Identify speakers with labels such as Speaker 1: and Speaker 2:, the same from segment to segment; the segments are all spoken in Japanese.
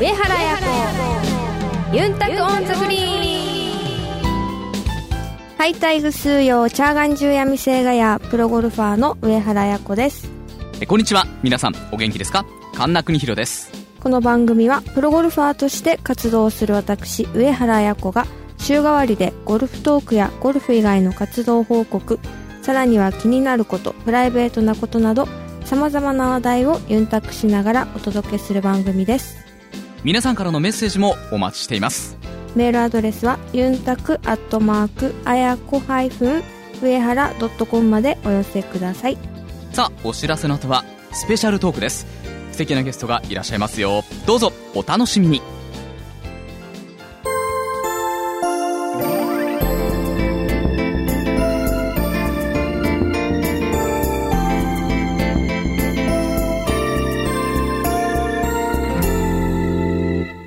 Speaker 1: 上原彩子ユンタクオンザグリーン敗退不数用チャーガン中闇性がやプロゴルファーの上原彩子です
Speaker 2: えこんにちは皆さんお元気ですか神田邦弘です
Speaker 1: この番組はプロゴルファーとして活動する私上原彩子が週替わりでゴルフトークやゴルフ以外の活動報告さらには気になることプライベートなことなどさまざまな話題をユンタクしながらお届けする番組です
Speaker 2: 皆さんからのメッセージもお待ちしています
Speaker 1: メールアドレスはユンタクアットマークあやこハイフン上原ドットコムまでお寄せください
Speaker 2: さあお知らせの後はスペシャルトークです素敵なゲストがいらっしゃいますよどうぞお楽しみに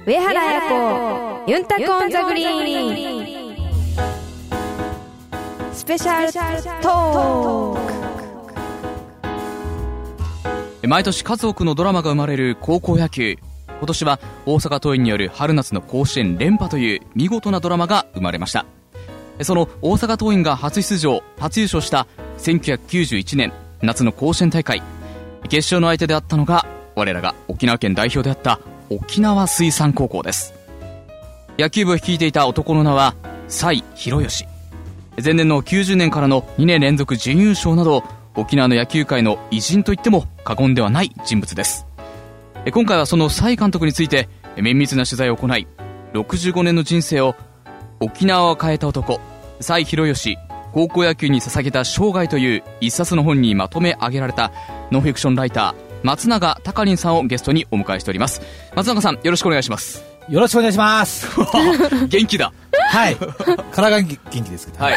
Speaker 1: 上原彩子ユンタクオンザグリーンスペシャルトーク
Speaker 2: 毎年数多くのドラマが生まれる高校野球今年は大阪桐蔭による春夏の甲子園連覇という見事なドラマが生まれましたその大阪桐蔭が初出場初優勝した1991年夏の甲子園大会決勝の相手であったのが我らが沖縄県代表であった沖縄水産高校です野球部を率いていた男の名は蔡博義前年の90年からの2年連続準優勝など沖縄の野球界の偉人と言っても過言ではない人物ですえ今回はその蔡監督について綿密な取材を行い65年の人生を沖縄を変えた男蔡博義高校野球に捧げた生涯という一冊の本にまとめ上げられたノンフィクションライター松永隆林さんをゲストにお迎えしております松永さんよろしくお願いします
Speaker 3: よろしくお願い します。
Speaker 2: 元気だ
Speaker 3: はい。体が元気ですけど。
Speaker 2: はい。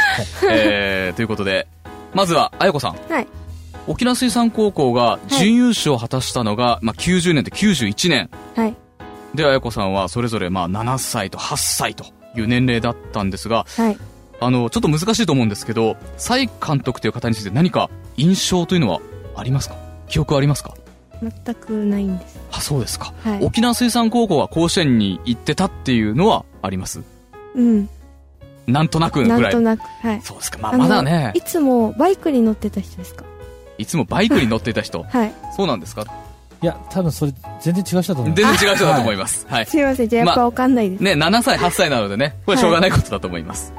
Speaker 2: えー、ということで、まずは、あやこさん。
Speaker 1: はい
Speaker 2: 沖縄水産高校が準優勝を果たしたのが、まあ、90年と91年。
Speaker 1: はい
Speaker 2: で、あやこさんはそれぞれ、まあ、7歳と8歳という年齢だったんですが、
Speaker 1: はい
Speaker 2: あの、ちょっと難しいと思うんですけど、蔡監督という方について何か印象というのはありますか記憶はありますか
Speaker 1: 全くないんです
Speaker 2: あ、そうですか。
Speaker 1: はい
Speaker 2: 沖縄水産高校は甲子園に行ってたっていうのはあります
Speaker 1: うん
Speaker 2: なんとなくぐらい。
Speaker 1: なんとなくはい
Speaker 2: そうですか。まあ、まだ
Speaker 1: あ
Speaker 2: ね
Speaker 1: のい、つもバイクに乗ってた人ですか。
Speaker 2: いつもバイクに乗っていた人
Speaker 1: はい
Speaker 2: そうなんですか
Speaker 3: いや、多分それ、全然違う人だと思う。
Speaker 2: 全然違う人だと思います。はい。
Speaker 1: すいませんじゃあやっぱわかんないです、
Speaker 2: ね、7歳、8歳なのでね、これはしょうがないことだと思います。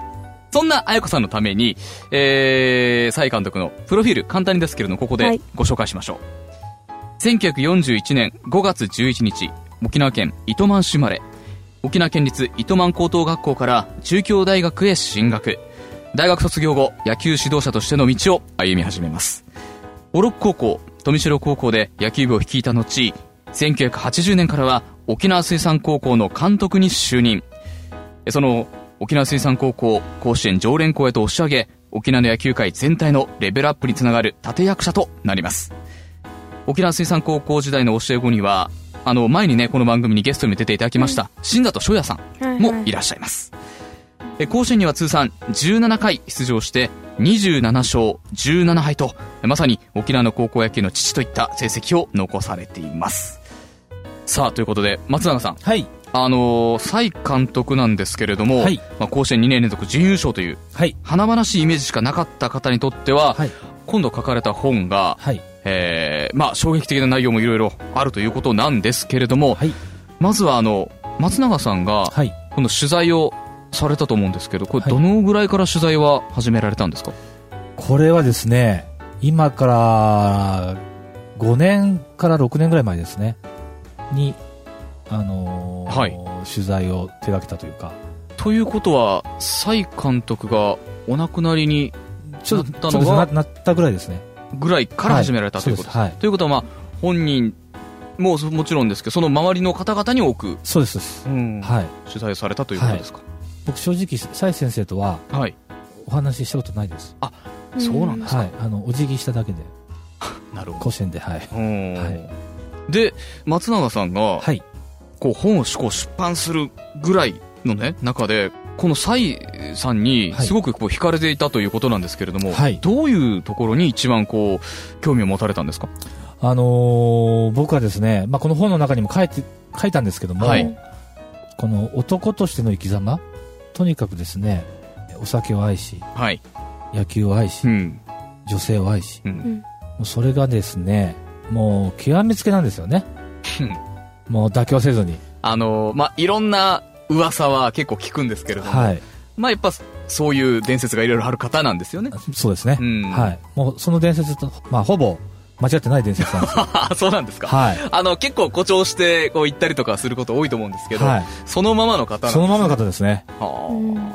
Speaker 2: そんなあやこさんのために、えー、蔡監督のプロフィール、簡単にですけれども、ここ
Speaker 1: は
Speaker 2: で
Speaker 1: い
Speaker 2: ご紹介しましょう。1941年5月11日、沖縄県糸満市生まれ。沖縄県立糸満高等学校から中京大学へ進学。大学卒業後、野球指導者としての道を歩み始めます。小六高校、富城高校で野球部を率いた後、1980年からは沖縄水産高校の監督に就任。その沖縄水産高校甲子園常連校へと押し上げ、沖縄の野球界全体のレベルアップにつながる立役者となります。沖縄水産高校時代の教え子には、あの、前にね、この番組にゲストに出ていただきました、新里翔也さん
Speaker 1: はいはい
Speaker 2: もいらっしゃいます。え甲子園には通算17回出場して27勝17敗とまさに沖縄の高校野球の父といった成績を残されていますさあということで松永さん
Speaker 3: はい。
Speaker 2: あのー、蔡監督なんですけれども、
Speaker 3: はい
Speaker 2: まあ、甲子園2年連続準優勝という
Speaker 3: はい。
Speaker 2: 華々しいイメージしかなかった方にとっては、
Speaker 3: はい。
Speaker 2: 今度書かれた本が、
Speaker 3: はい。
Speaker 2: えーまあ、衝撃的な内容もいろいろあるということなんですけれども、
Speaker 3: はい。
Speaker 2: まずはあの松永さんが、
Speaker 3: はい。
Speaker 2: この取材をされたと思うんですけど、これ、
Speaker 3: はい
Speaker 2: どのぐらいから取材は始められたんですか、
Speaker 3: これはですね、今から、5年から6年ぐらい前ですね。に、あのー
Speaker 2: はい
Speaker 3: 取材を手掛けたというか。
Speaker 2: ということは、蔡監督がお亡くなりに
Speaker 3: ちょっ
Speaker 2: なった
Speaker 3: と、
Speaker 2: の
Speaker 3: ちょっと
Speaker 2: が
Speaker 3: ななったぐらいですね。
Speaker 2: ぐらいから始められたということです。
Speaker 3: はい。
Speaker 2: ということは、まあ、本人もそもちろんですけど、その周りの方々に多く、
Speaker 3: そうです。そうです。
Speaker 2: うん
Speaker 3: はい。
Speaker 2: 取材されたということですか。
Speaker 3: 僕正直、蔡先生とは
Speaker 2: はい、
Speaker 3: お話ししたことないです。
Speaker 1: ん
Speaker 2: そうなんですか。
Speaker 3: はい。あの、お辞儀しただけで、
Speaker 2: なるほ
Speaker 3: 甲子園で、はい。
Speaker 2: ど。うん
Speaker 3: は
Speaker 2: で、松永さんが、
Speaker 3: はい。
Speaker 2: こう本をこう出版するぐらいのね、中で、この蔡さんに
Speaker 3: はい
Speaker 2: すごくこう惹かれていたということなんですけれども、
Speaker 3: はい
Speaker 2: どういうところに一番こう興味を持たれたんですか
Speaker 3: あのー僕はですね、まあ、この本の中にも書いて書いたんですけども、
Speaker 2: はい
Speaker 3: この男としての生き様とにかくですねお酒を愛し
Speaker 2: はい。
Speaker 3: 野球を愛し、
Speaker 2: うん。
Speaker 3: 女性を愛し
Speaker 2: う。
Speaker 1: うんん
Speaker 3: もうそれがですねもう極めつけなんですよねもう妥協せずに
Speaker 2: あのーまあ、いろんな噂は結構聞くんですけれども、
Speaker 3: はい
Speaker 2: まあ、やっぱ、そういう伝説がいろいろある方なんですよね。
Speaker 3: そうですね、
Speaker 2: うん
Speaker 3: はいもうその伝説と、まあ、ほぼ間違ってない伝説なん ですよ
Speaker 2: あ、そうなんですか。
Speaker 3: はい
Speaker 2: あの、結構誇張して、こう言ったりとかすること多いと思うんですけど、
Speaker 3: はい
Speaker 2: そのままの方なん
Speaker 3: そのままの方ですね
Speaker 1: うん
Speaker 2: は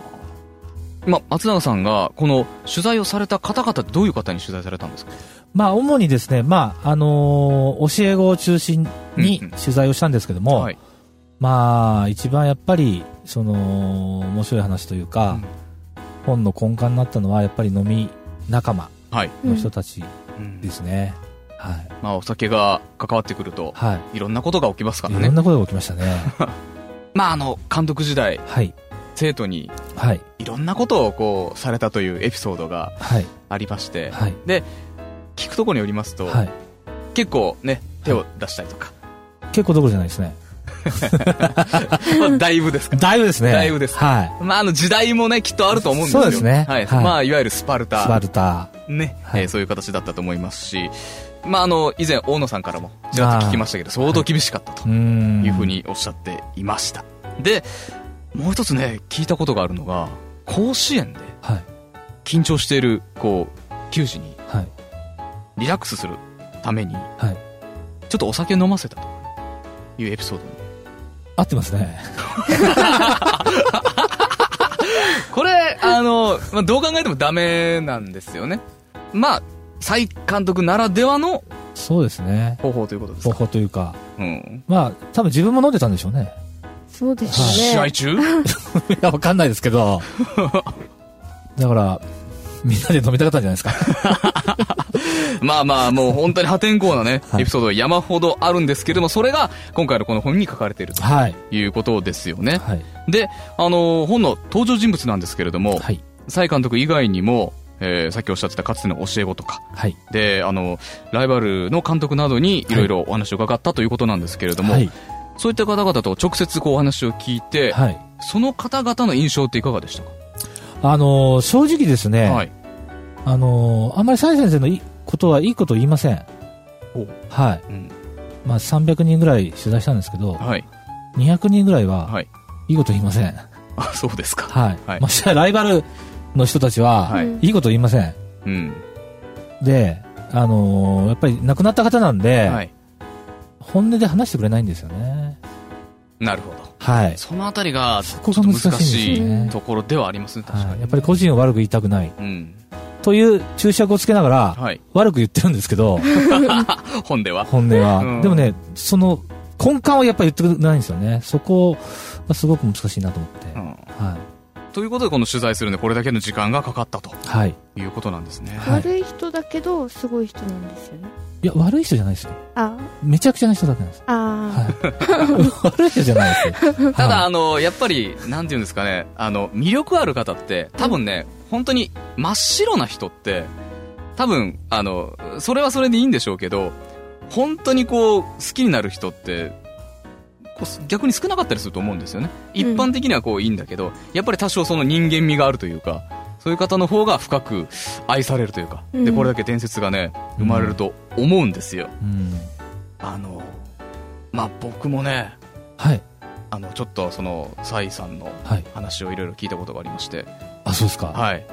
Speaker 2: あまあ、松永さんが、この取材をされた方々ってどういう方に取材されたんですか
Speaker 3: まあ、主にですね、まあ、あのー教え子を中心に
Speaker 2: うんうん
Speaker 3: 取材をしたんですけども、
Speaker 2: はい。
Speaker 3: まあ、一番やっぱり、その、面白い話というか、
Speaker 2: うん
Speaker 3: 本の根幹になったのは、やっぱり飲み仲間
Speaker 2: はい。
Speaker 1: うん
Speaker 3: の人たち
Speaker 2: うん
Speaker 3: ですね。はい。
Speaker 2: まあ、お酒が関わってくると、
Speaker 3: はい。
Speaker 2: いろんなことが起きますから
Speaker 3: いろん
Speaker 2: ね。
Speaker 3: なことが起き ましたね。
Speaker 2: まあ、あの、監督時代、
Speaker 3: はい。
Speaker 2: 生徒に
Speaker 3: はい。
Speaker 2: いろんなことをこう、されたというエピソードが
Speaker 3: はい。
Speaker 2: ありまして、
Speaker 3: はい。
Speaker 2: 聞くところによりますと、
Speaker 3: はい。
Speaker 2: 結構ね、手を出したりとか、
Speaker 3: 結構どころじゃないですね。
Speaker 2: ま あだいぶですか。
Speaker 3: だいぶですね。
Speaker 2: だいぶです
Speaker 3: はい。
Speaker 2: まあ、あの時代もね、きっとあると思うんですよ。
Speaker 3: そうですね
Speaker 2: はい。
Speaker 3: はい
Speaker 2: まあ、いわゆるスパルタ。
Speaker 3: スパルタ。
Speaker 2: ね、
Speaker 3: はい
Speaker 2: えーそういう形だったと思いますし、まあ、あの、以前、大野さんからも、ちらっと聞きましたけど、相当厳しかったと
Speaker 3: うーん。
Speaker 2: いうふう。におっしゃっていました。で、もう一つね、聞いたことがあるのが、甲子園で
Speaker 3: はい。
Speaker 2: 緊張している、こう、球児に
Speaker 3: はい。
Speaker 2: リラックスするために、
Speaker 3: はい。
Speaker 2: ちょっとお酒飲ませたというエピソードも。
Speaker 3: 合ってます ね。
Speaker 2: これ、あの、まあ、どう考えてもダメなんですよね。まあ、蔡監督ならではの
Speaker 3: そうですね。
Speaker 2: 方法ということです
Speaker 3: 方
Speaker 2: か。
Speaker 3: 法というか、
Speaker 2: うん。
Speaker 3: まあ、多分自分も飲んでたんでしょうね。
Speaker 1: そうです
Speaker 2: 試合
Speaker 1: ね。
Speaker 2: 中
Speaker 3: いや、わかんないですけ ど。だから、みんなで飲みたかったんじゃないですか。
Speaker 2: まあまあ、もう本当に破天荒なね、
Speaker 3: はい
Speaker 2: エピソードが山ほどあるんですけれども、それが今回のこの本に書かれていると
Speaker 3: はい。
Speaker 2: いうことですよね。
Speaker 3: はい。
Speaker 2: で、あのー本の登場人物なんですけれども、
Speaker 3: はい。
Speaker 2: 蔡監督以外にも、えーさっきおっしゃってたかつての教え子とか、
Speaker 3: はい。
Speaker 2: で、あの、ライバルの監督などにいろいろお話を伺ったということなんですけれども、
Speaker 3: はい。
Speaker 2: そういった方々と直接こうお話を聞いて、
Speaker 3: はい。
Speaker 2: その方々の印象っていかがでしたか、
Speaker 3: あのー正直ですね、
Speaker 2: はい。
Speaker 3: あのーあんまり蔡先生のいいことはいいこと言いません。
Speaker 2: ほ
Speaker 3: はい。
Speaker 2: うん
Speaker 3: まあ、300人ぐらい取材したんですけど、
Speaker 2: はい。
Speaker 3: 200人ぐらいは、
Speaker 2: はい。
Speaker 3: いいこと言いません。
Speaker 2: あ、そうですか。
Speaker 3: はい。
Speaker 2: はい
Speaker 3: ましてやライバルの人たちは、
Speaker 2: はい
Speaker 1: うん
Speaker 3: いいこと言いません。
Speaker 2: うん。
Speaker 3: で、あのーやっぱり亡くなった方なんで、
Speaker 2: はい。
Speaker 3: 本音で話してくれないんですよね。
Speaker 2: なるほど。
Speaker 3: はい。
Speaker 2: そのあたりが、ち
Speaker 3: そ
Speaker 2: ょ
Speaker 3: こ
Speaker 2: っと
Speaker 3: が
Speaker 2: 難
Speaker 3: 難しいん
Speaker 2: し
Speaker 3: ですよ
Speaker 2: い
Speaker 3: ね
Speaker 2: ところではありますね、確か
Speaker 3: はい、
Speaker 2: に。
Speaker 3: やっぱり個人を悪く言いたくない。
Speaker 2: うん。
Speaker 3: という注釈をつけながら、
Speaker 2: はい。
Speaker 3: 悪く言ってるんです けど、
Speaker 2: 本では。
Speaker 3: 本音は。
Speaker 2: うん
Speaker 3: でもね、その根幹をやっぱり言ってくれないんですよね。そこがすごく難しいなと思って。
Speaker 2: うん。
Speaker 3: はい。
Speaker 2: ということで、この取材するので、これだけの時間がかかったと
Speaker 3: はい。
Speaker 2: いうことなんですね。
Speaker 3: はい
Speaker 1: 悪い人だけど、すごい人なんですよね。
Speaker 3: いや、悪い人じゃないですよ。
Speaker 1: あ、
Speaker 3: めちゃくちゃな人だけなんです。
Speaker 1: あ
Speaker 3: はい。 悪い人じゃないです よ。
Speaker 2: ただ、
Speaker 3: は
Speaker 2: あの、やっぱり、なんていうんですかね、あの、魅力ある方って、多分ね、本当に真っ白な人って、多分、あの、それはそれでいいんでしょうけど、本当にこう、好きになる人って、こう逆に少なかったりすると思うんですよね。一般的にはこういいんだけど、やっぱり多少その人間味があるというか、そういう方の方が深く愛されるというか、
Speaker 1: う
Speaker 2: で、
Speaker 1: ん
Speaker 2: これだけ伝説がね、生まれると思うんですよ。
Speaker 3: うん。
Speaker 2: あの、まあ、僕もね、
Speaker 3: はい。
Speaker 2: あの、ちょっとその、サイさんの
Speaker 3: はい。
Speaker 2: 話をいろいろ聞いたことがありまして、
Speaker 3: あ、そうですか。
Speaker 2: はい。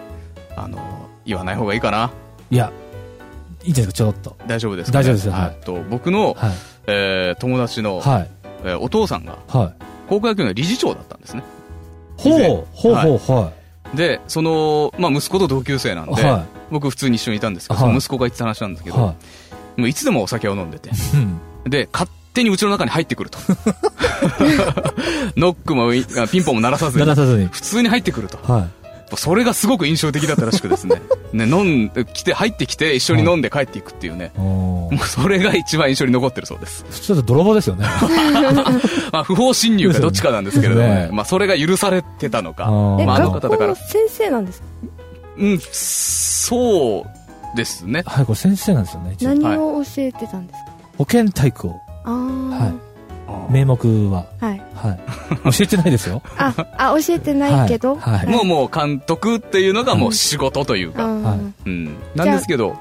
Speaker 2: あの、言わない方がいいかな。
Speaker 3: い。や、いいんじゃないですか、ちょっと。
Speaker 2: 大丈夫ですかね、
Speaker 3: 大丈夫ですよはい
Speaker 2: えっと、僕の、
Speaker 3: はい。
Speaker 2: えー友達の、
Speaker 3: はい。
Speaker 2: えーお父さんが、
Speaker 3: はい。
Speaker 2: 高校野球の理事長だったんですね。
Speaker 3: ほ
Speaker 2: 以前
Speaker 3: う、ほうほう、は
Speaker 2: で、その、まあ、息子と同級生なん
Speaker 3: い。
Speaker 2: で、
Speaker 3: は
Speaker 2: 僕普通に一緒にいたんですけど、
Speaker 3: はい
Speaker 2: その息子が言ってた話なんです
Speaker 3: い。
Speaker 2: けど、
Speaker 3: は
Speaker 2: もういつでもお酒を飲んでて、
Speaker 3: い。うん。
Speaker 2: で、勝手にうちの中に入ってくると。 ノックもウィンあピンポンも鳴らさず
Speaker 3: 鳴ら
Speaker 2: に、
Speaker 3: さずに。
Speaker 2: 普通に入ってくると。
Speaker 3: は
Speaker 2: それがすごく印象的だったらしくですね。ね、飲ん、来て、入ってきて、一緒に飲んで帰っていくっていうね。
Speaker 3: い。おー
Speaker 2: もう それが一番印象に残ってるそうです。
Speaker 3: 普通だと泥棒ですよね。
Speaker 2: まあ、不法侵入かどっちかなんですけれども、
Speaker 3: ですよ
Speaker 2: ね
Speaker 3: ね、
Speaker 2: まあ、それが許されてたのか。
Speaker 3: あー
Speaker 1: あ。え、
Speaker 2: まあ、あの
Speaker 1: 学
Speaker 2: 方
Speaker 1: 校
Speaker 2: だから
Speaker 1: の、先生なんですか
Speaker 2: うん、そうですね。
Speaker 3: はい、これ先生なんですよね、一応。
Speaker 1: 何を教えてたんですか、
Speaker 3: 保健体育を、
Speaker 1: ああ
Speaker 3: 名目は。
Speaker 1: はい、はい、
Speaker 3: はい。教えてないですよ。
Speaker 1: ああ教えてないけど、
Speaker 3: はいはい
Speaker 2: もうもう監督っていうのがもう仕事という
Speaker 1: あ
Speaker 2: か、
Speaker 1: ー
Speaker 3: はい
Speaker 2: うん、なんですけど、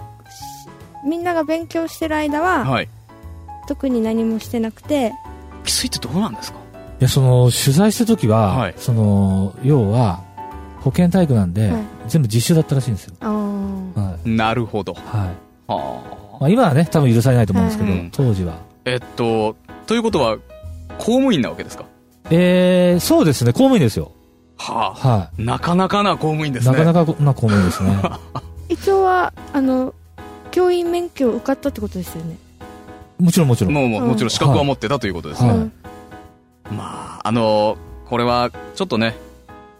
Speaker 1: みんなが勉強してる間は、
Speaker 2: はい、
Speaker 1: 特に何もしてなくて
Speaker 2: キスイってどうなんですか
Speaker 3: いや、その、取材した時は、
Speaker 2: はい
Speaker 3: その、要は、保健体育なんで、
Speaker 1: はい
Speaker 3: 全部実習だったらしいんですよ。
Speaker 1: あー
Speaker 3: はい。
Speaker 2: なるほど。
Speaker 3: はい。
Speaker 2: はあ
Speaker 3: まあ、今はね、多分許されないと思うんですけど、
Speaker 2: はいはい
Speaker 3: 当時は。
Speaker 2: えっと、ということは、公務員なわけですか
Speaker 3: えー、そうですね、公務員ですよ。
Speaker 2: はあ、
Speaker 3: は
Speaker 2: なかなかな公務員
Speaker 3: い。
Speaker 2: です
Speaker 3: な
Speaker 2: ね。
Speaker 3: かなかな公務 員ですね。
Speaker 1: 一応はあの教員免許を受かったってことですよね
Speaker 3: もちろんもちろん。
Speaker 2: もうもう
Speaker 1: うん
Speaker 2: もちろん資格は持ってたということですね。
Speaker 3: はい
Speaker 1: うん
Speaker 2: まあ、あのこれは、ちょっとね、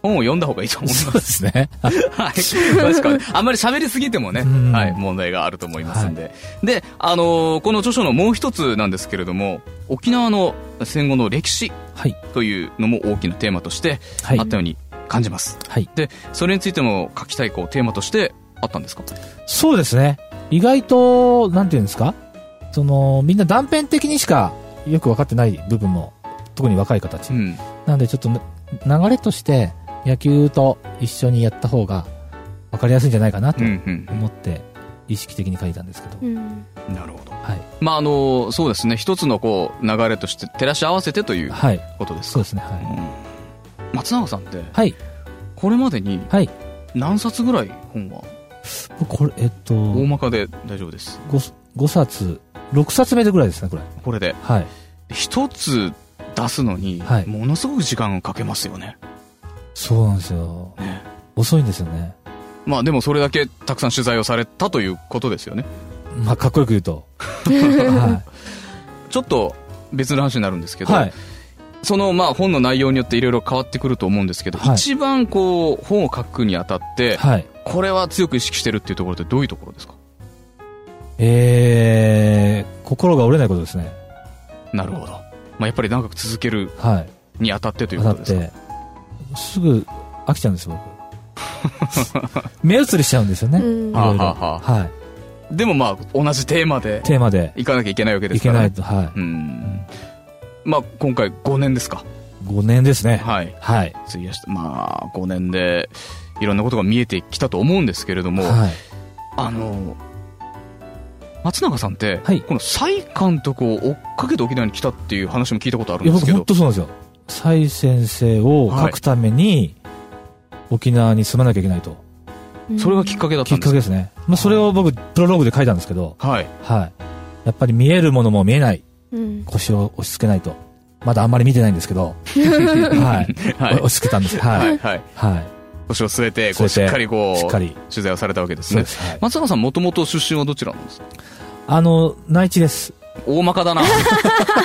Speaker 2: 本を読んだ方がいいと思い
Speaker 3: そう
Speaker 2: ま。
Speaker 3: ですすね。
Speaker 2: はい。確かに。あんまり喋りすぎてもね、
Speaker 3: うん
Speaker 2: はい、問題があると思いますんで。で、あのこの著書のもう一つなんですけれども、沖縄の戦後の歴史
Speaker 3: はい。
Speaker 2: というのも大きなテーマとして
Speaker 3: はい
Speaker 2: あっ。たように感じます。
Speaker 3: はい。
Speaker 2: で、それについても書きたいこうテーマとしてあったんですか
Speaker 3: そうですね。意外と、なんていうんですかその、みんな断片的にしかよく分かってない部分も、特に若い方たち
Speaker 2: う。ん。
Speaker 3: なんでちょっとね流れとして野球と一緒にやった方が分かりやすいんじゃないかな
Speaker 2: うん、
Speaker 3: と
Speaker 2: うん。
Speaker 3: 思って意識的に書いたんですけど、
Speaker 1: うん
Speaker 2: なるほど。
Speaker 3: はい、
Speaker 2: まあ、あのそうですね。一つのこう、流れとして照らし合わせてという
Speaker 3: はい、
Speaker 2: ことですか
Speaker 3: そうですねはい、
Speaker 2: うん松永さんって
Speaker 3: はい
Speaker 2: これまでに
Speaker 3: はい
Speaker 2: 何冊ぐらい本は
Speaker 3: 僕これえっと
Speaker 2: 大
Speaker 3: 5,
Speaker 2: まかで大丈夫です
Speaker 3: 5冊6冊目でぐらいですねこれ
Speaker 2: これで
Speaker 3: はい
Speaker 2: 一つ出すのに
Speaker 3: はい
Speaker 2: ものすごく時間かけますよね、
Speaker 3: そうなんですよ
Speaker 2: ね
Speaker 3: 遅いんですよね
Speaker 2: まあでもそれだけたくさん取材をされたということですよね
Speaker 3: まあかっこよく言 うとは
Speaker 2: ちょっと別の話になるんです
Speaker 3: い、
Speaker 2: けど、
Speaker 3: はい、
Speaker 2: そのまあ本の内容によっていろいろ変わってくると思うんですけど、
Speaker 3: はい
Speaker 2: 一番こう本を書くにあたって
Speaker 3: はい、
Speaker 2: これは強く意識してるっていうところってどういうところですか
Speaker 3: えー、心が折れないことですね
Speaker 2: なるほど、まあ、やっぱり長く続ける
Speaker 3: はい
Speaker 2: にあたってというこ
Speaker 3: だ
Speaker 2: とで
Speaker 3: っ
Speaker 2: すか
Speaker 3: てすぐ飽きちゃうんですよ僕 目移りしちゃうんですよね、
Speaker 1: うん
Speaker 3: いろいろ
Speaker 2: はあは
Speaker 3: はい
Speaker 2: でもまあ同じテーマで
Speaker 3: テーマで
Speaker 2: 行かなきゃいけないわけで
Speaker 3: い
Speaker 2: すから
Speaker 3: けな
Speaker 2: ね、
Speaker 3: いと、は
Speaker 2: うんまあ今回5年ですか
Speaker 3: い。5年ですね。はい。
Speaker 2: はい
Speaker 3: はい。
Speaker 2: 費やしてまあ5年でいろんなことが見えてきたと思うんですけれども、
Speaker 3: はい。
Speaker 2: あの松永さんって、
Speaker 3: はい
Speaker 2: この蔡監督を追っかけて沖縄に来たっていう話も聞いたことあるん
Speaker 3: いや、
Speaker 2: です
Speaker 3: 僕
Speaker 2: け
Speaker 3: 本
Speaker 2: ど
Speaker 3: 当そうなんですよ。蔡先生を書くために、沖縄に住まなきゃいけないと。
Speaker 1: うん
Speaker 2: それがきっかけだっ
Speaker 3: き
Speaker 2: た
Speaker 3: っ
Speaker 2: んで
Speaker 3: か
Speaker 2: すか
Speaker 3: けですね。まあ、それを僕、プロローグで書いたんですけど、
Speaker 2: はい
Speaker 3: はい。やっぱり見えるものも見え ない。
Speaker 1: うん
Speaker 3: 腰を押し付けないと。まだあんまり見てないんですけど、 はい。
Speaker 2: はい
Speaker 3: 押し付けたんです。
Speaker 2: は
Speaker 3: はいい。
Speaker 2: はい
Speaker 3: は
Speaker 2: 腰を据えてこうし
Speaker 3: 据えて
Speaker 2: っかりこう
Speaker 3: い。しっかり。
Speaker 2: 取材をされたわけです
Speaker 3: そう
Speaker 2: ね
Speaker 3: です。はい
Speaker 2: 松永さんもともと出身はどちらなんですか
Speaker 3: あの、内地です。
Speaker 2: 大まかだな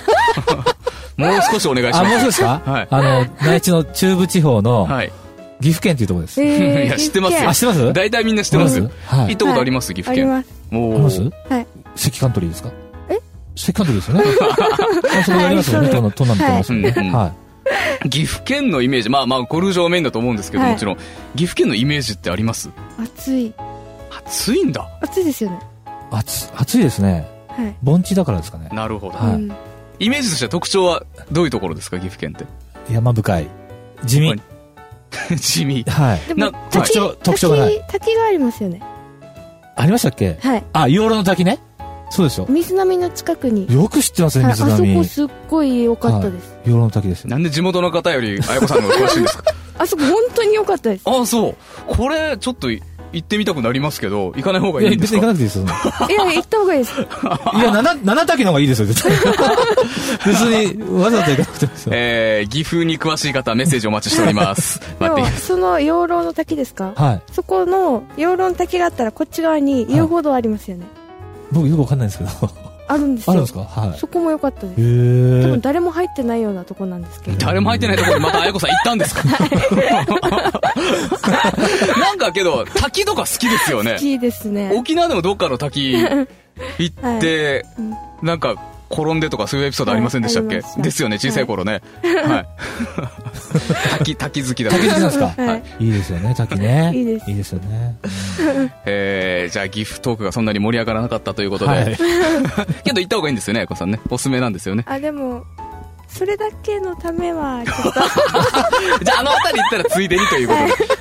Speaker 2: もう少しお願いし
Speaker 3: あ、
Speaker 2: ま
Speaker 3: もうそう
Speaker 2: す
Speaker 3: ですか
Speaker 2: はい
Speaker 3: あの、内地の中部地方の
Speaker 2: はい
Speaker 3: 岐阜県というところです。
Speaker 1: えー
Speaker 2: いや知ってますよ
Speaker 3: あ、知ってます
Speaker 2: 大体みんな知ってますよ。
Speaker 3: は
Speaker 2: 行
Speaker 3: い
Speaker 2: っ。たことあります、岐
Speaker 1: あ
Speaker 2: 阜
Speaker 1: り
Speaker 2: 県。
Speaker 1: ます
Speaker 2: も
Speaker 3: あります
Speaker 1: はい
Speaker 3: 関カントリーですか
Speaker 1: え
Speaker 3: 関カントリーで すよね。あそこやりますよね、
Speaker 1: はい
Speaker 3: トーナトーナメントやりますよね。
Speaker 2: は
Speaker 3: はいい。
Speaker 2: 岐阜県のイメージ、まあまあ、ゴルフ場メインだと思うんですけど、
Speaker 1: はい
Speaker 2: もちろん、岐阜県のイメージってあります
Speaker 1: 暑い
Speaker 2: 暑いんだ。
Speaker 1: 暑いですよね
Speaker 3: 暑、暑いですね。
Speaker 1: はい
Speaker 3: 盆地だからですかね。
Speaker 2: なるほど。
Speaker 3: はい
Speaker 1: うん
Speaker 2: イメージとしては特徴はどういうところですか、岐阜県って。
Speaker 3: 山深い。地味
Speaker 2: は。 地味。
Speaker 3: はい。
Speaker 1: でも
Speaker 2: なはい
Speaker 3: 特
Speaker 1: 滝
Speaker 3: 徴、特徴がない。
Speaker 1: 滝滝がありますよね
Speaker 3: ありましたっけ
Speaker 1: はい
Speaker 3: あ、養老の滝ね。そうですよ。
Speaker 1: 水波の近くに
Speaker 3: よく知ってますね、
Speaker 1: はいあ
Speaker 3: 水
Speaker 1: そこ
Speaker 3: 波。
Speaker 1: すっごい良かったです
Speaker 3: 養老の滝ですよ。
Speaker 2: なんで地元の方より、あやこさんの方が詳しいんですか
Speaker 1: あそこ本当に良かったです
Speaker 2: ああ、そう。これ、ちょっと行ってみたくなりますけど、行かない方が
Speaker 3: い
Speaker 2: い
Speaker 3: や、
Speaker 2: いんで
Speaker 3: 別
Speaker 2: す
Speaker 3: に行
Speaker 2: か
Speaker 3: かなくていいですよ。
Speaker 1: いやいや行った方がいいです
Speaker 3: その いや、七、七滝の方がいいですよ、絶 対。別に、わざと行かなくてもいいですよ。
Speaker 2: えー、岐阜に詳しい方、メッセージお待ちしており ます。
Speaker 1: で
Speaker 2: 待ってい
Speaker 1: も
Speaker 2: ます。
Speaker 1: その養老の滝ですか
Speaker 3: はい。
Speaker 1: そこの養老の滝があったらこっち側に遊歩道ありますよね
Speaker 3: 僕よくわかんないんですけど。
Speaker 1: あるんです
Speaker 3: あ
Speaker 1: よ
Speaker 3: るんですかはい。
Speaker 1: そこも良かったです多
Speaker 3: へ
Speaker 1: 分
Speaker 3: ー。
Speaker 1: 誰も入ってないようなとこなんですけど
Speaker 2: 誰も入ってないところにまたあやこさん行ったんですか なんかけど、滝とか好 きですよね
Speaker 1: 好。きですね
Speaker 2: 沖縄でもどっかの滝行って、
Speaker 1: うん
Speaker 2: なんか転んでとかそういうエピソードありませんでしたっ
Speaker 1: は
Speaker 2: け
Speaker 1: いありました
Speaker 2: ですよね小さい頃ねはい滝滝好きだった
Speaker 3: 滝好きなんですか
Speaker 1: は
Speaker 2: はいい、
Speaker 3: いいですよね、滝ね。
Speaker 1: いいです。
Speaker 3: いいですよね。
Speaker 2: えー、じゃあギフトークがそんなに盛り上がらなかったということで、
Speaker 3: はい。
Speaker 2: けど行った方がいいんですよね、エコさんね。おすすめなんですよね
Speaker 1: あでもそれだけのためはちょっ
Speaker 2: じゃああの辺り行ったらついでにというこ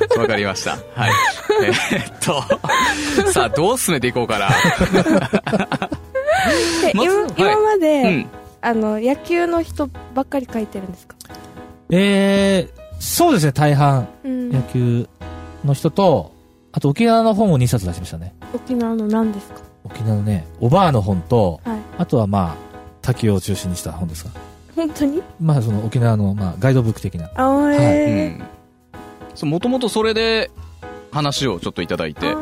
Speaker 2: とで。わかりました。はい。えーっと、さあどう進めていこうかな。
Speaker 1: とで今
Speaker 2: まずはい
Speaker 1: 今まで、
Speaker 2: うん。
Speaker 1: あの野球の人ばっかり書いてるんですか、
Speaker 3: えー、そうですね、大半、
Speaker 1: うん
Speaker 3: 野球の人と、あと沖縄の本を2冊出しましたね。
Speaker 1: 沖縄の何ですか
Speaker 3: 沖縄のね、おばあの本と、
Speaker 1: はい
Speaker 3: あとはまあ、滝を中心にした本ですか。
Speaker 1: 本当に
Speaker 3: まあ、その沖縄の、まあ、ガイドブック的な。
Speaker 1: あおえ
Speaker 2: う
Speaker 1: ー
Speaker 2: ん。そう、もともとそれで、話をちょっといただいて、
Speaker 1: あ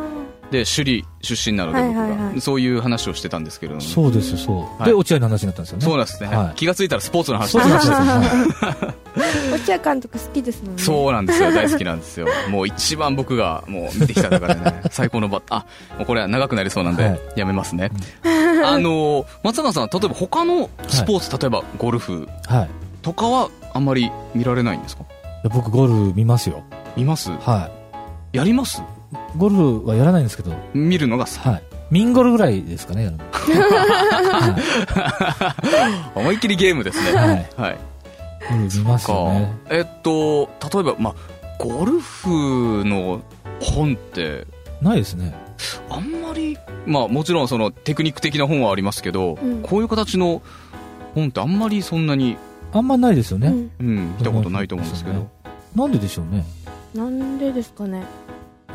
Speaker 2: で、首里出身なので僕が、
Speaker 1: はいはいはい
Speaker 2: そういう話をしてたんですけれども。
Speaker 3: そうですよ、そう。
Speaker 2: はい
Speaker 3: で、落合の話になったんですよね。
Speaker 2: そうなんですね、
Speaker 3: はい
Speaker 2: 気がついたらスポーツの話
Speaker 3: そうなんですよ。はい
Speaker 1: ー落合監督好きですもんね
Speaker 2: そうなんですよ大好きなんですよもう一番僕がもう見てきた中で ね最高のバッターあもうこれは長くなりそうなん
Speaker 3: はい
Speaker 2: でやめますね、 あのー松永さん例えば他のスポーツ、例えばゴルフ
Speaker 3: はい。い
Speaker 2: とかはあんまり見られないんですか
Speaker 3: や僕、ゴルフ見ますよ。
Speaker 2: 見ます
Speaker 3: は
Speaker 2: やります
Speaker 3: い。ゴルフはやらないんですけど、
Speaker 2: 見るのがさ
Speaker 3: はい。ミンゴルぐらいですかね、やるのはい
Speaker 2: 思いっきりゲームですね
Speaker 3: はい
Speaker 2: はい
Speaker 3: ゴルフ見ます
Speaker 2: か
Speaker 3: よね。
Speaker 2: えっと例えばまあゴルフの本って
Speaker 3: ないですね。
Speaker 2: あんまりまあもちろんそのテクニック的な本はありますけど、
Speaker 1: うん
Speaker 2: こういう形の本ってあんまりそんなに、
Speaker 3: あんまないですよね。
Speaker 1: うん
Speaker 2: うん、見たことないと思うんですけど、
Speaker 3: ねなんででしょうね。
Speaker 1: なんでですかね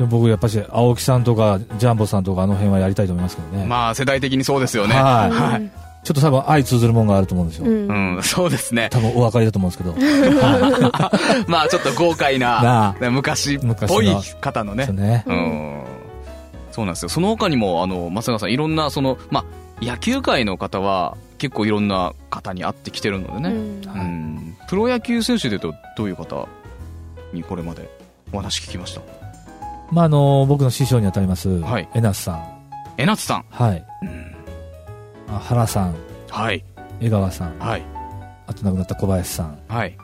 Speaker 3: でも僕、やっぱし、青木さんとか、ジャンボさんとか、あの辺はやりたいと思いますけどね。
Speaker 2: まあ世代的にそうですよね、
Speaker 3: はい。
Speaker 2: はい
Speaker 1: うん
Speaker 3: ちょっと多分、相通ずるもんがあると思うんですよ。
Speaker 1: うん
Speaker 2: うん、そうですね
Speaker 3: 多分、お分かりだと思うんですけど。
Speaker 2: まあちょっと豪快な
Speaker 3: なあ。
Speaker 2: 昔っぽい方のね
Speaker 3: そうね。
Speaker 1: う
Speaker 2: うんんそうなんですよその他にもあの松永さんいろんなその、まあ、野球界の方は結構いろんな方に会ってきてるので
Speaker 1: う
Speaker 2: ね、
Speaker 1: ん
Speaker 2: うんプロ野球選手でいうとどういう方にこれまでお話聞きました
Speaker 3: まあ、あの、僕の師匠にあたります、
Speaker 2: はい
Speaker 3: えなすさん。
Speaker 2: えなつさん、
Speaker 3: はい。
Speaker 2: うん
Speaker 3: あ原さん、
Speaker 2: はい
Speaker 3: 江川さん、
Speaker 2: はい
Speaker 3: あと亡くなった小林さん。
Speaker 2: はい
Speaker 3: ま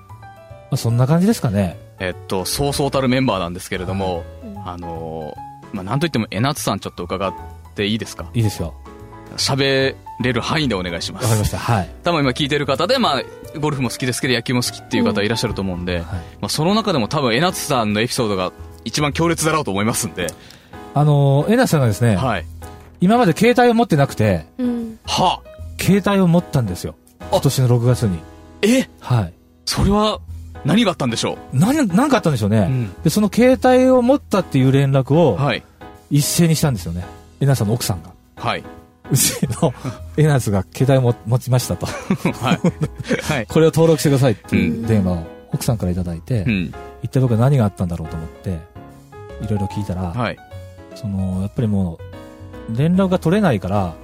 Speaker 3: あ、そんな感じですかね。
Speaker 2: えっとそうそうたるメンバーなんですけれども、
Speaker 1: うん
Speaker 2: あのーまあ、なんといってもえなつさんちょっと伺っていいですか
Speaker 3: いいです よ。
Speaker 2: 喋れる範囲でお願いしま
Speaker 3: わかりますした。はい。
Speaker 2: 多分今聞いてる方で、まあ、ゴルフも好きですけど野球も好きっていう方いらっしゃると思うんで、
Speaker 3: はい。
Speaker 2: まあ、その中でも多分えなつさんのエピソードが一番強烈だろうと思いますんで、
Speaker 3: あの、えなすさんがですね、
Speaker 2: はい
Speaker 3: 今まで携帯を持ってなくて、
Speaker 1: うん
Speaker 2: は
Speaker 3: 携帯を持ったんですよ。今年の6月に。
Speaker 2: え
Speaker 3: はい。
Speaker 2: それは何があったんでしょ
Speaker 3: 何、何かあったんでしょうね。
Speaker 2: う、うん
Speaker 3: で、その携帯を持ったっていう連絡を、
Speaker 2: はい
Speaker 3: 一斉にしたんですよね。えなさんの奥さんが。
Speaker 2: はい
Speaker 3: うち のえなすが携帯を持持ちましたと。
Speaker 2: はい はい
Speaker 3: これを登録してくださいっていううん電話を奥さんからいただいて、
Speaker 2: うん
Speaker 3: 一体僕は何があったんだろうと思って、いろいろ聞いたら、
Speaker 2: はい
Speaker 3: その、やっぱりもう、連絡が取れないから、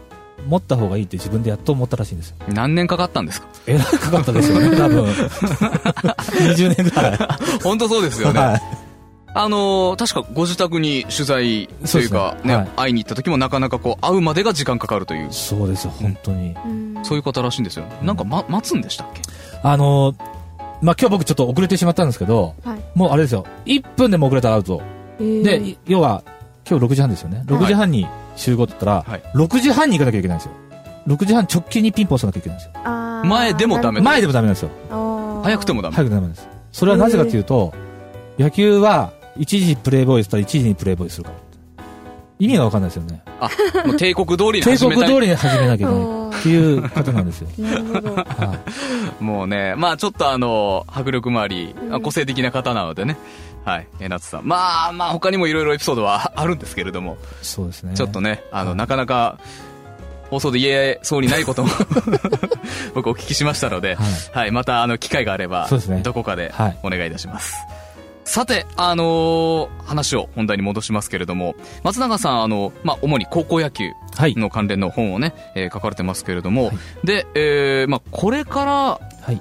Speaker 3: 持った方がいいって自分でやっと思ったらしいんですよ。
Speaker 2: 何年かかったんですか
Speaker 3: えらくかかったですよね、 多分。20年ぐらい。
Speaker 2: 本当そうですよね、
Speaker 3: はい
Speaker 2: あのー確かご自宅に取材というか
Speaker 3: そうです
Speaker 2: ね
Speaker 3: ねはい
Speaker 2: 会いに行った時もなかなかこう会うまでが時間かかるという
Speaker 3: そうですよ、本当に。
Speaker 1: うん
Speaker 2: そういう方らしいんですよなんか、ま、待つんでしたっけ
Speaker 3: あのーまあ、今日僕ちょっと遅れてしまったんですけど、
Speaker 1: はい
Speaker 3: もうあれですよ、1分でも遅れたらアウト。
Speaker 1: えー
Speaker 3: で、い要は、今日6時半ですよね。6時半に集合って言ったら、
Speaker 2: はい
Speaker 3: 6時半に行かなきゃいけないんですよ。6時半直近にピンポン押さなきゃいけないんですよ。
Speaker 1: あー
Speaker 2: 前でもダメ
Speaker 3: 前でもダメなんですよ。
Speaker 2: 早
Speaker 1: 早
Speaker 2: くてもダメ、
Speaker 3: 早くてダメなんです。それはなぜかというと、野球は1時プレイボーイしたら1時にプレイボーイするから。意味がわかんないですよね。
Speaker 2: あもう帝国通りに
Speaker 3: 帝
Speaker 2: 始
Speaker 3: 国
Speaker 2: めた
Speaker 3: 通
Speaker 2: い
Speaker 3: りに始めなきゃいけないっていうことなんで すよ。
Speaker 1: なるほど
Speaker 3: はい
Speaker 2: もうねまあちょっとあの迫力もあり、
Speaker 1: うん
Speaker 2: あ個性的な方なのでねはいえなつさんまあまあ他にもいろいろエピソードはあるんですけれども
Speaker 3: そうですね。
Speaker 2: ちょっとねあ
Speaker 3: は
Speaker 2: の
Speaker 3: い
Speaker 2: なかなか放送で言えそうにない ことも僕お聞きしましたので、
Speaker 3: はい
Speaker 2: はい、またあの機会があれば、
Speaker 3: そうですね
Speaker 2: どこかで
Speaker 3: はい
Speaker 2: お願いいたします。さて、あのー話を本題に戻しますけれども、松永さん、あの、まあ、主に高校野球
Speaker 3: はい。
Speaker 2: の関連の本をね、えー書かれてますけれども、
Speaker 3: はい
Speaker 2: で、えーまあ、これから、
Speaker 3: はい。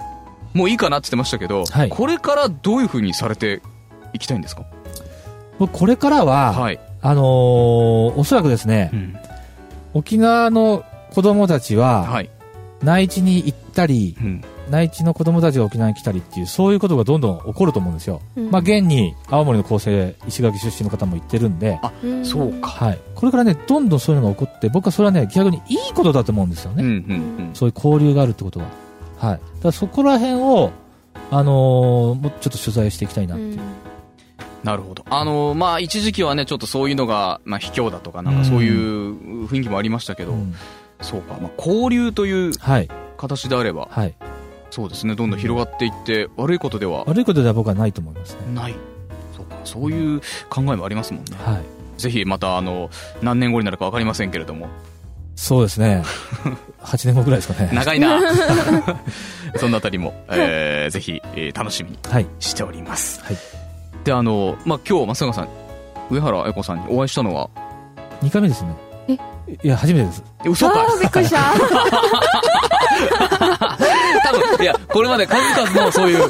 Speaker 2: もういいかなって言ってましたけど、
Speaker 3: はい
Speaker 2: これからどういうふうにされていきたいんですか
Speaker 3: 僕これからは、
Speaker 2: はい。
Speaker 3: あのーおそらくですね、沖縄の子供たちは、
Speaker 2: はい。
Speaker 3: 内地に行ったり
Speaker 2: う、ん
Speaker 3: 内地の子供たちが沖縄に来たりっていう、そういうことがどんどん起こると思うんですよ。
Speaker 1: うん
Speaker 3: まあ、現に青森の構成、石垣出身の方も言ってるんで、
Speaker 1: うん
Speaker 2: そうか
Speaker 3: はい。これからね、どんどんそういうのが起こって、僕はそれはね、逆にいいことだと思うんですよ
Speaker 2: うん
Speaker 3: ね。
Speaker 2: うん
Speaker 3: そういう交流があるってことは。はい。だからそこら辺を、あのーもうちょっと取材していきたいなっていう。
Speaker 2: なるほど。あの、まあ、一時期はね、ちょっとそういうのが、まあ、卑怯だとか、なんかそういう雰囲気もありましたけど、
Speaker 3: うん
Speaker 2: そうか、まあ、交流という
Speaker 3: はい。
Speaker 2: 形であれば、
Speaker 3: はい。
Speaker 2: そうですね、どんどん広がっていって、悪いことでは
Speaker 3: 悪いことでは僕はないと思いますね。
Speaker 2: ない。そうか、そういう考えもありますもんね。
Speaker 3: はい。
Speaker 2: ぜひ、また、あの、何年後になるかわかりませんけれども、
Speaker 3: そうです ね。8年後ぐらいですかね。
Speaker 2: 長いな。 そんなあたりも、えーぜひ、えー楽しみに
Speaker 3: はい。
Speaker 2: しております。
Speaker 3: はい
Speaker 2: で、あの、まあ、今日、松坂さん、上原彩子さんにお会いしたのは、
Speaker 3: 2回目ですね。
Speaker 1: え
Speaker 3: いや、初めてです。
Speaker 2: え嘘か
Speaker 1: あーびっくりした。
Speaker 2: 多分いやこれまで数々のそういう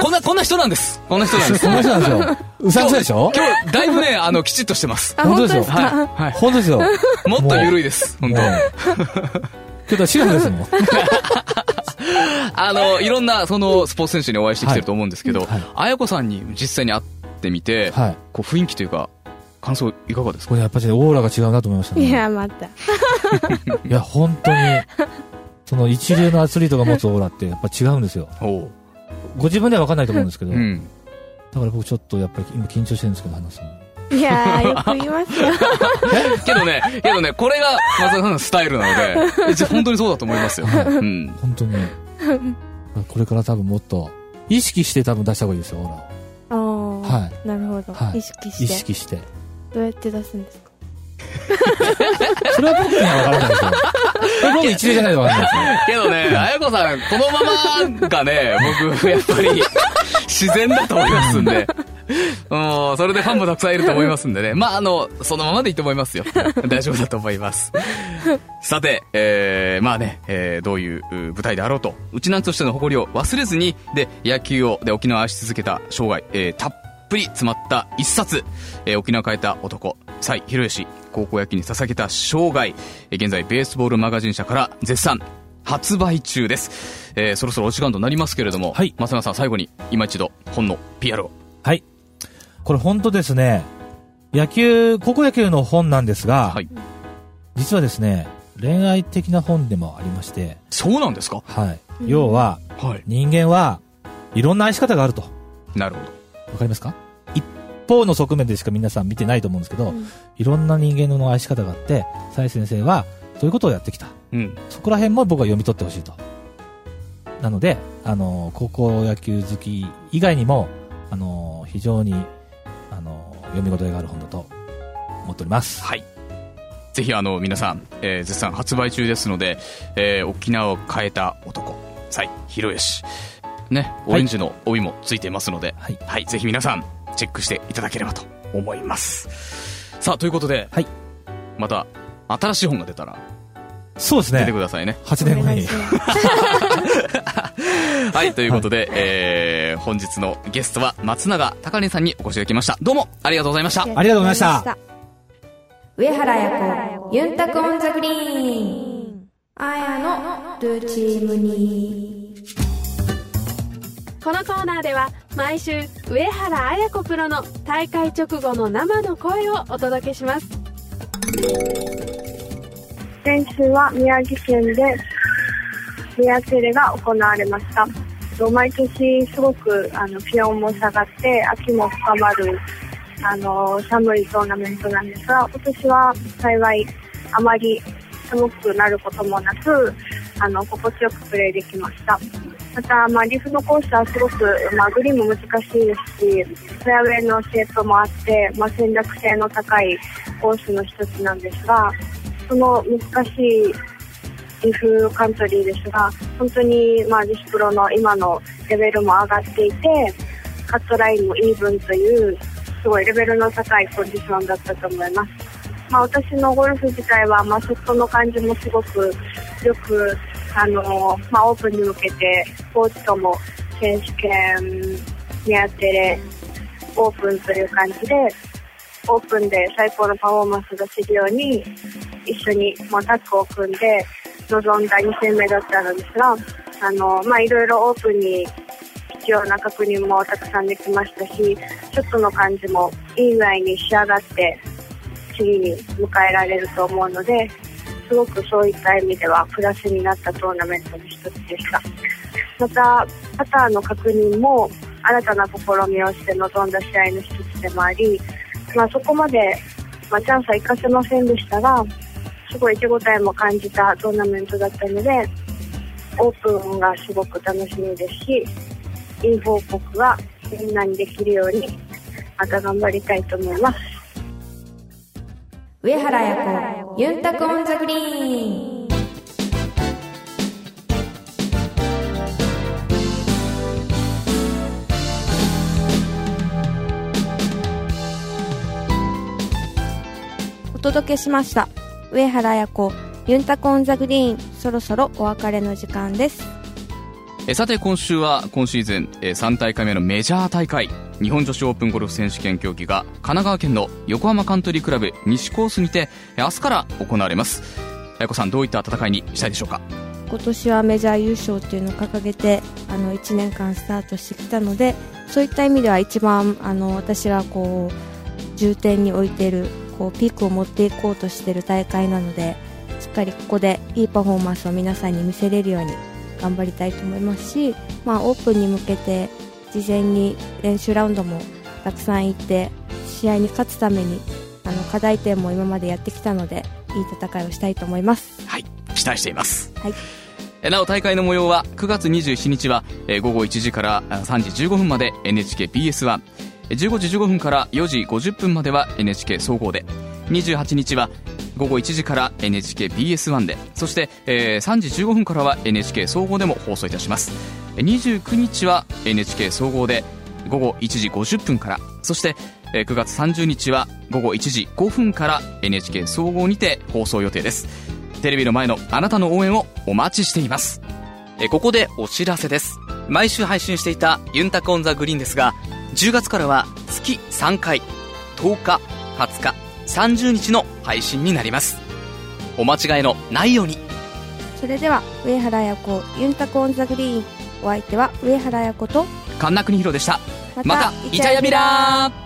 Speaker 2: こんなこんな人なんですこんな人なんです
Speaker 3: その人なんですよ。うさんくさいでしょ
Speaker 2: 今日だいぶねあのきちっとしてます
Speaker 1: あ、
Speaker 3: 本
Speaker 1: 本
Speaker 3: 当
Speaker 1: 当
Speaker 3: でしょ
Speaker 1: です
Speaker 2: はい
Speaker 1: か。
Speaker 2: はい
Speaker 3: 本当ですよ。
Speaker 2: もっと緩いです 本当
Speaker 3: もうちょっとシラフですもん。
Speaker 2: あのいろんなそのスポーツ選手にお会いしてきてると思うんですけど、
Speaker 3: はい
Speaker 2: あやこさんに実際に会ってみて、
Speaker 3: はい。
Speaker 2: こう雰囲気というか感想いかがです
Speaker 3: こ
Speaker 2: か
Speaker 3: れやっぱりねオーラが違うなと思いましたね。
Speaker 1: いや、また。
Speaker 3: いや、本 当に、その一流のアスリートが持つオーラってやっぱ違うんですよ。
Speaker 2: おう
Speaker 3: ご自分では分かんないと思うんですけど、
Speaker 2: う
Speaker 3: だ
Speaker 2: ん
Speaker 3: から僕ちょっとやっぱり今緊張してるんですけど、話すの。
Speaker 1: いやー、よく言いますよ。
Speaker 2: けどねけどねこれが松坂さんのスタイルなのでえじゃ本当にそうだと思いますよ、うん、
Speaker 3: 本当に。これから多分もっと、意識して多分出した方がいいですよ、オーラを。
Speaker 1: あー
Speaker 3: は
Speaker 1: なるほど、
Speaker 3: はい
Speaker 1: 意識
Speaker 3: 意
Speaker 1: して
Speaker 3: 識して。
Speaker 1: どうやって出すんですか
Speaker 3: それは僕には分からないですよ。それ僕一流じゃないと分からない
Speaker 2: けどね、あやこさん、このままがね、僕、やっぱり、自然だと思いますんで。もう、それでファンもたくさんいると思いますんでね。まあ、あの、そのままでいいと思いますよ。大丈夫だと思います。さて、えー、まあね、えー、どういうう舞台であろうと、うちなんとしての誇りを忘れずに、で、野球を、で、沖縄を愛し続けた生涯、えー、たっぷり詰まった一冊、えー、沖縄を変えた男、蔡博義、高校野球に捧げた生涯、えー現在、ベースボールマガジン社から絶賛、発売中です。えー、そろそろお時間となりますけれども、
Speaker 3: はい
Speaker 2: 松永さん、最後に、今一度、本の PR を。
Speaker 3: はい。これ本当ですね、野球、高校野球の本なんですが、
Speaker 2: はい。
Speaker 3: 実はですね、恋愛的な本でもありまして、
Speaker 2: そうなんですか
Speaker 3: はい。
Speaker 1: うん
Speaker 3: 要は、
Speaker 2: はい。
Speaker 3: 人間はいろんな愛し方があると。わ
Speaker 2: なるほど。
Speaker 3: かりますか一方の側面でしか皆さん見てないと思うんですけど、
Speaker 1: うん
Speaker 3: いろんな人間の愛し方があって、蔡先生はそういうことをやってきた。
Speaker 2: うん。
Speaker 3: そこら辺も僕は読み取ってほしいと。なので、あの、高校野球好き以外にも、あの、非常に、あの、読み応えがある本だと思っております。
Speaker 2: はい。ぜひ、あの、皆さん、えー絶賛発売中ですので、えー沖縄を変えた男、蔡博義。ね、オレンジの帯もついていますので、
Speaker 3: はい
Speaker 2: はい、ぜひ皆さん、チェックしていただければと思います。さあ、ということで、
Speaker 3: はい
Speaker 2: また、新しい本が出たら、
Speaker 3: そうです
Speaker 2: 出て
Speaker 3: ね
Speaker 2: く。ださい ね。
Speaker 3: 8
Speaker 1: お
Speaker 3: 年後
Speaker 1: 願い
Speaker 3: に
Speaker 1: し。ます
Speaker 2: はい、ということで、えー本日のゲストは松永隆音さんにお越しいただきました。どうもありがとうございました。
Speaker 3: ありがとうございました
Speaker 1: 上原彩子、ユンタクオンザグリーン。あやの、ドゥチームに。
Speaker 4: このコーナーでは毎週上原彩子プロの大会直後の生の声をお届けします
Speaker 5: 先週は宮城県でビアセレが行われましたと毎年すごくあの気温も下がって秋も深まるあの寒いトーナメントなんですが今年は幸いあまり寒くなることもなくあの心地よくプレーできましたまた、まあ、リフのコースはすごく、まあ、グリーンも難しいですしフェアウェイのシェイプもあって、まあ、戦略性の高いコースの一つなんですがその難しいリフカントリーですが本当にまあ女子プロの今のレベルも上がっていてカットラインもイーブンというすごいレベルの高いコンディションだったと思います、まあ、私のゴルフ自体はまあショットの感じもすごくよくあの、まあ、オープンに向けてコーチとも選手権にあってれオープンという感じでオープンで最高のパフォーマンスが出せるように一緒に、まあ、タッグを組んで臨んだ2戦目だったのですが、あのまあ、いろいろオープンに必要な確認もたくさんできましたし、ショットの感じもいい具合に仕上がって、次に迎えられると思うので、すごくそういった意味ではプラスになったトーナメントの一つでした。また、パターの確認も新たな試みをして臨んだ試合の一つでもあり、まあ、そこまで、まあ、チャンスは生かせませんでしたが、すごい手応えも感じたトーナメントだったので、オープンがすごく楽しみですし、いい報告がみんなにできるように、また頑張りたいと思います。
Speaker 1: 上原彩子ユンタクオンザグリーンお届けしました上原彩子ユンタクオンザグリーンそろそろお別れの時間です
Speaker 2: えさて今週は今シーズンえー3大会目のメジャー大会日本女子オープンゴルフ選手権競技が神奈川県の横浜カントリークラブ西コースにてえ明日から行われます彩子さんどういった戦いにしたいでしょうか
Speaker 1: 今年はメジャー優勝っていうのを掲げてあの1年間スタートしてきたのでそういった意味では一番あの私がこう重点に置いているこうピークを持っていこうとしている大会なのでしっかりここでいいパフォーマンスを皆さんに見せれるように頑張りたいと思いますし、まあ、オープンに向けて事前に練習ラウンドもたくさん行って試合に勝つためにあの課題点も今までやってきたのでいい戦いをしたいと思います。
Speaker 2: はい期待しています
Speaker 1: はい
Speaker 2: えなお大会の模様は9月27日はえー午後1時からあ3時15分まで NHKBS115 時15分から4時50分までは NHK 総合で28日は午後1時から NHKBS1 でそして、えー3時15分からは NHK 総合でも放送いたしますえー29日は NHK 総合で午後1時50分からそしてえー9月30日は午後1時5分から NHK 総合にて放送予定ですテレビの前のあなたの応援をお待ちしていますえーここでお知らせです毎週配信していた「ユンタクオン・ザ・グリーン」ですが10月からは月3回10日20日30日の配信になりますお間違いのないように
Speaker 1: それでは上原彩子ユンタコオンザグリーンお相手は上原彩子と
Speaker 2: 神田邦弘でした
Speaker 1: ま
Speaker 2: またイチャヤミラー